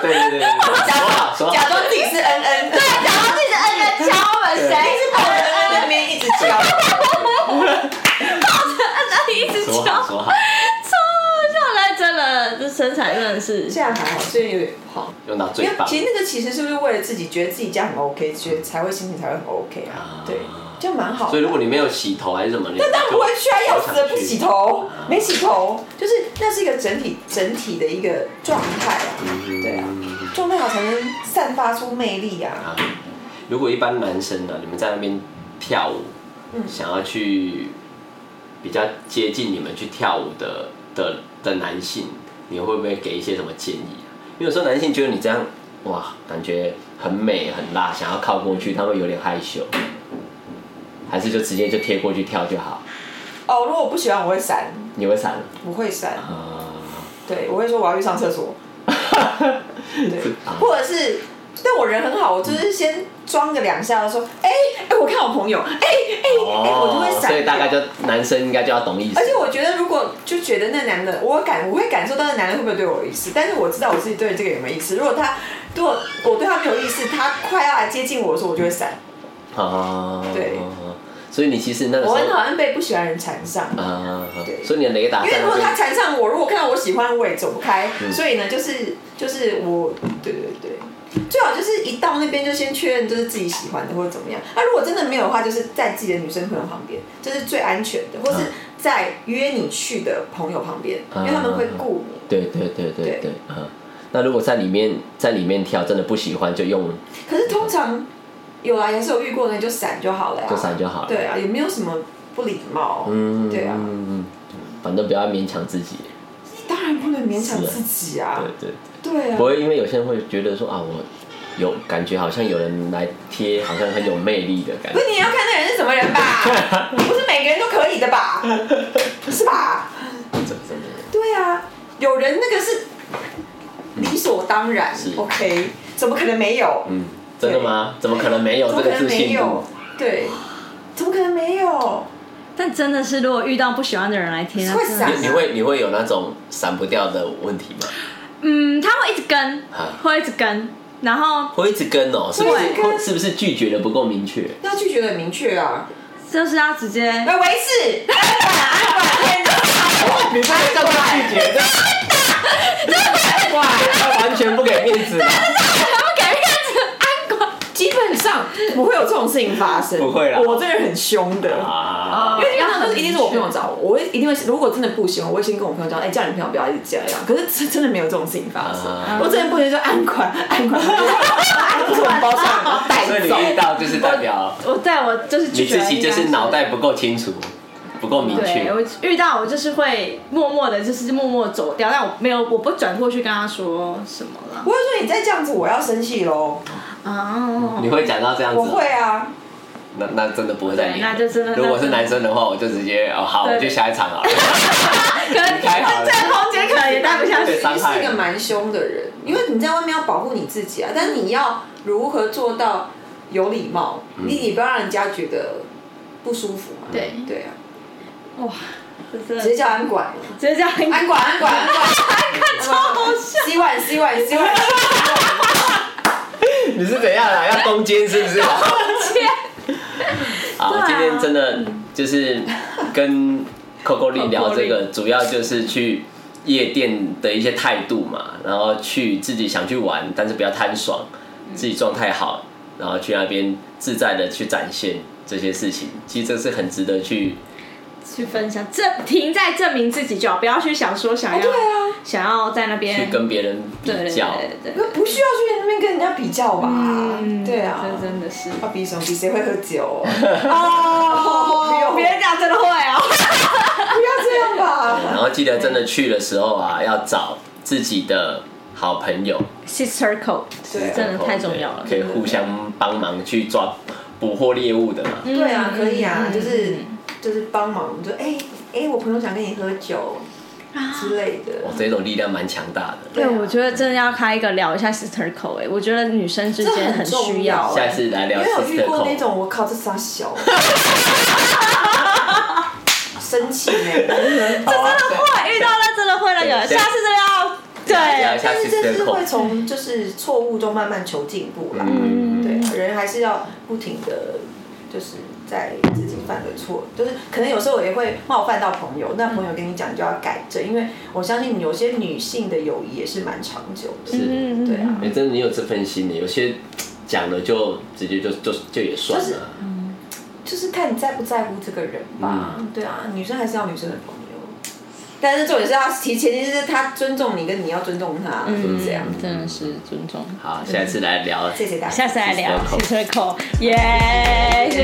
[SPEAKER 3] 对对对对，对
[SPEAKER 2] 假
[SPEAKER 3] 说好说
[SPEAKER 2] 装假
[SPEAKER 3] 好，
[SPEAKER 2] 装自己是恩恩，对，
[SPEAKER 5] 然后自己摁着敲门，谁是
[SPEAKER 2] 抱着恩恩那边一直 敲。
[SPEAKER 5] 摁着一直
[SPEAKER 3] 说啊
[SPEAKER 5] 敲，超
[SPEAKER 3] 好
[SPEAKER 5] 好
[SPEAKER 3] 说好，
[SPEAKER 5] 笑的，真的，这身材真的是
[SPEAKER 2] 这样还好，这样有点不好。
[SPEAKER 3] 用到
[SPEAKER 2] 因
[SPEAKER 3] 最
[SPEAKER 2] 为
[SPEAKER 3] 棒
[SPEAKER 2] 其。实那个其实是不是为了自己，觉得自己这样很 OK，觉得才会心情才会很 OK 啊
[SPEAKER 3] 啊？
[SPEAKER 2] 对，这样蛮好的。
[SPEAKER 3] 所以如果你没有洗头还是什么，那
[SPEAKER 2] 但不会去啊，要死的不洗
[SPEAKER 3] 头。
[SPEAKER 2] 头，没洗头，就是那是一个整体整体的一个状态啊，
[SPEAKER 3] 嗯
[SPEAKER 2] 对啊，状态好才能散发出魅力啊。
[SPEAKER 3] 啊如果一般男生呢、啊你们在那边跳舞，
[SPEAKER 2] 嗯
[SPEAKER 3] 想要去比较接近你们去跳舞的的的男性，你会不会给一些什么建议啊、因为有时候男性觉得你这样，哇，感觉很美很辣，想要靠过去，他会有点害羞，还是就直接就贴过去跳就好？
[SPEAKER 2] 哦，如果我不喜欢，我会闪，
[SPEAKER 3] 你会闪
[SPEAKER 2] 我会闪，
[SPEAKER 3] 啊？
[SPEAKER 2] 对我会说我要去上厕所，对
[SPEAKER 3] 啊，
[SPEAKER 2] 或者是。但我人很好，我就是先装个两下，说，哎、哎、我看我朋友，哎、哎、哎、我就会闪。
[SPEAKER 3] 哦
[SPEAKER 2] 哎
[SPEAKER 3] 所以大概就男生应该就要懂意思
[SPEAKER 2] 而且我觉得，如果就觉得那男的，我感我会感受到那男的会不会对我有意思，但是我知道我自己对这个有没有意思。如果他如果我对他没有意思，他快要来接近我的时候，我就会闪。
[SPEAKER 3] 啊，
[SPEAKER 2] 对，
[SPEAKER 3] 所以你其实那个时
[SPEAKER 2] 我
[SPEAKER 3] 候
[SPEAKER 2] 很讨厌被不喜欢的人缠上，
[SPEAKER 3] 嗯啊啊，啊
[SPEAKER 2] 对
[SPEAKER 3] 所以你的雷达
[SPEAKER 2] 因为
[SPEAKER 3] 在
[SPEAKER 2] 如果
[SPEAKER 3] 那
[SPEAKER 2] 他
[SPEAKER 3] 边，
[SPEAKER 2] 缠上我，如果看到我喜欢，我也走不开。
[SPEAKER 3] 嗯
[SPEAKER 2] 所以呢，就是就是我，对对对，最好就是一到那边就先确认就是自己喜欢的或者怎么样。那、如果真的没有的话，就是在自己的女生朋友旁边，这、是最安全的，或是
[SPEAKER 3] 嗯
[SPEAKER 2] 在约你去的朋友旁边，因为他们会顾你。
[SPEAKER 3] 对对对对
[SPEAKER 2] 对
[SPEAKER 3] 对，啊，那如果在里面在里面跳，真的不喜欢就用
[SPEAKER 2] 可是通常有啊，也是有遇过的，就闪就好了呀、
[SPEAKER 3] 就闪就好了，
[SPEAKER 2] 对啊，也没有什么不礼貌。
[SPEAKER 3] 嗯，
[SPEAKER 2] 对啊
[SPEAKER 3] 嗯，嗯嗯反正不要勉强自己，
[SPEAKER 2] 当然不能勉强
[SPEAKER 3] 是啊
[SPEAKER 2] 自己
[SPEAKER 3] 对
[SPEAKER 2] 啊。
[SPEAKER 3] 对对。
[SPEAKER 2] 对啊
[SPEAKER 3] 不。会，因为有些人会觉得说啊，我有感觉好像有人来贴，好像很有魅力的感
[SPEAKER 2] 不
[SPEAKER 3] 觉。
[SPEAKER 2] 是你也要看那个人是什么人 吧？不是每个人都可以的吧？是吧？
[SPEAKER 3] 真的真的
[SPEAKER 2] 对啊，有人那个是理所当然
[SPEAKER 3] 嗯是
[SPEAKER 2] ，OK？怎么可能没有？
[SPEAKER 3] 嗯，真的吗？怎么可能没有
[SPEAKER 2] 怎么
[SPEAKER 3] 这
[SPEAKER 2] 可能
[SPEAKER 3] 个自
[SPEAKER 2] 没
[SPEAKER 3] 信
[SPEAKER 2] 有
[SPEAKER 3] 度？？
[SPEAKER 2] 对，怎么可能没有？
[SPEAKER 5] 但真的是，如果遇到不喜欢的人来贴，
[SPEAKER 2] 会
[SPEAKER 5] 那真
[SPEAKER 2] 闪啊
[SPEAKER 5] 的
[SPEAKER 3] 你你会你会有那种闪不掉的问题吗？
[SPEAKER 5] 嗯，他会一直跟
[SPEAKER 3] 啊，
[SPEAKER 5] 会一直跟，然后
[SPEAKER 3] 会一直跟哦、是不
[SPEAKER 2] 会一直
[SPEAKER 3] 是？
[SPEAKER 2] 跟
[SPEAKER 3] 会是不是拒绝的不够明确？
[SPEAKER 2] 要拒绝的很明确啊！
[SPEAKER 5] 就是要直接
[SPEAKER 2] 喂，维士，安管啊，安管啊，天哪
[SPEAKER 3] 你不能叫他拒绝，这哇，
[SPEAKER 2] 哦
[SPEAKER 3] 他完全不给面 子。
[SPEAKER 5] 哎
[SPEAKER 2] 基本上不会有这种事情发生，
[SPEAKER 3] 不会啦
[SPEAKER 2] 我这个人很凶的，
[SPEAKER 5] 哦
[SPEAKER 3] 啊，
[SPEAKER 2] 因为通常都是一定是我朋友找我，我会一定会如果真的不喜欢，我会先跟我朋友讲，哎、叫你朋友不要一直这样。可是真真的没有这种事情发生，
[SPEAKER 3] 啊
[SPEAKER 2] 我真的不能说按款按款，按款包上带
[SPEAKER 3] 所以
[SPEAKER 2] 走。
[SPEAKER 3] 你遇到就是代表
[SPEAKER 5] 我对我就是
[SPEAKER 3] 你
[SPEAKER 5] 拒绝
[SPEAKER 3] 自
[SPEAKER 5] 了
[SPEAKER 3] 己就是
[SPEAKER 5] 应该
[SPEAKER 3] 脑袋不够清楚，不够明确
[SPEAKER 5] 对。我遇到我就是会默默的，就是默默走掉，但我没有我不转过去跟他说什么了
[SPEAKER 2] 我。会说你再这样子，我要生气喽。
[SPEAKER 5] 哦，
[SPEAKER 3] 你会讲到这样子
[SPEAKER 2] 我
[SPEAKER 3] 哦、
[SPEAKER 2] 会啊，
[SPEAKER 3] 那那真的不会再理。
[SPEAKER 5] 对那就真的
[SPEAKER 3] 如果是男生的话，我就直接哦好，
[SPEAKER 5] 对
[SPEAKER 3] 我就下一场好了。
[SPEAKER 5] 可能
[SPEAKER 3] 开好了
[SPEAKER 5] 这个空间可能也待不下
[SPEAKER 3] 被
[SPEAKER 5] 去。
[SPEAKER 3] 伤
[SPEAKER 2] 你
[SPEAKER 3] 害
[SPEAKER 2] 是一个
[SPEAKER 3] 了。
[SPEAKER 2] 蛮凶的人，因为你在外面要保护你自己啊，但是你要如何做到有礼貌？
[SPEAKER 3] 嗯
[SPEAKER 2] 你你不要让人家觉得不舒服嘛。
[SPEAKER 5] 对
[SPEAKER 2] 对啊，
[SPEAKER 5] 哇，这真的
[SPEAKER 2] 直接叫安管。
[SPEAKER 5] 直接这样
[SPEAKER 2] 安管安管安管， 安管超好笑。洗碗洗碗洗碗，
[SPEAKER 3] 你是怎样啊啦？要攻坚是不是？好，
[SPEAKER 5] 对啊
[SPEAKER 3] 今天真的就是跟 Coco 丽聊这个，主要就是去夜店的一些态度嘛，然后去自己想去玩，但是不要贪爽，
[SPEAKER 5] 嗯
[SPEAKER 3] 自己状态好，然后去那边自在的去展现这些事情，其实这是很值得去
[SPEAKER 5] 去分享，这停在证明自己就好，不要去想说想要、
[SPEAKER 2] 对啊，
[SPEAKER 5] 想要在那边
[SPEAKER 3] 去跟别人比
[SPEAKER 5] 对对
[SPEAKER 3] 较。
[SPEAKER 5] 对对
[SPEAKER 2] 那
[SPEAKER 5] 对，
[SPEAKER 2] 不需要去那边跟人家比较吧？对啊，
[SPEAKER 5] 这嗯真的是。
[SPEAKER 2] 要比什么比谁会喝 酒？
[SPEAKER 5] 哦别人家真的会哦，
[SPEAKER 2] 不要这样
[SPEAKER 3] 然
[SPEAKER 2] 吧。
[SPEAKER 3] 后记得真的去的时候啊，要找自己的好朋友，
[SPEAKER 5] 是 circle，
[SPEAKER 2] 对啊
[SPEAKER 5] 真的太重要了。
[SPEAKER 3] 哦可以互相帮忙去抓捕获猎物的嘛。
[SPEAKER 2] 对啊，可以啊，
[SPEAKER 5] 嗯
[SPEAKER 2] 就是就是帮忙，就哎哎，我朋友想跟你喝酒
[SPEAKER 5] 啊
[SPEAKER 2] 之类的啊
[SPEAKER 3] 哇，，哦这种力量蛮强大的。
[SPEAKER 5] 对，我觉得真的要开一个聊一下 sister 口哎，我觉得女生之
[SPEAKER 2] 这
[SPEAKER 5] 间
[SPEAKER 2] 很重
[SPEAKER 5] 需要。
[SPEAKER 3] 下次来聊
[SPEAKER 2] 因为有遇
[SPEAKER 3] sister
[SPEAKER 2] 过那
[SPEAKER 3] call，
[SPEAKER 2] 种，我靠，这傻小。 生气 呢，
[SPEAKER 3] 好啊
[SPEAKER 5] 会遇到了真的会了，有
[SPEAKER 3] 对
[SPEAKER 5] 下次真的要
[SPEAKER 3] 聊一
[SPEAKER 5] 对，啊
[SPEAKER 3] 下
[SPEAKER 2] 但是这
[SPEAKER 3] sister
[SPEAKER 2] 是会
[SPEAKER 3] call。
[SPEAKER 2] 从就是错误中慢慢求进步啦。
[SPEAKER 3] 嗯，
[SPEAKER 2] 对啊，人还是要不停的，就是在自己犯的错，就是可能有时候我也会冒犯到朋友，那朋友跟你讲你就要改正，因为我相信有些女性的友谊也是蛮长久的，
[SPEAKER 3] 是，
[SPEAKER 5] 嗯
[SPEAKER 2] 对啊，
[SPEAKER 3] 哎，真的你有这份心的，有些讲了就直接就就就也算
[SPEAKER 2] 就是
[SPEAKER 3] 了。
[SPEAKER 2] 就是看你在不在乎这个人吧，
[SPEAKER 3] 嗯
[SPEAKER 2] 对啊，女生还是要女生的朋友，但是重点是要提前提就是他尊重你，跟你要尊重他，
[SPEAKER 5] 嗯
[SPEAKER 2] 是这样，
[SPEAKER 5] 真的是尊重。
[SPEAKER 3] 好，下一次来聊
[SPEAKER 2] 谢谢大家，
[SPEAKER 5] 下次来聊
[SPEAKER 3] Sister
[SPEAKER 5] sister 口，耶。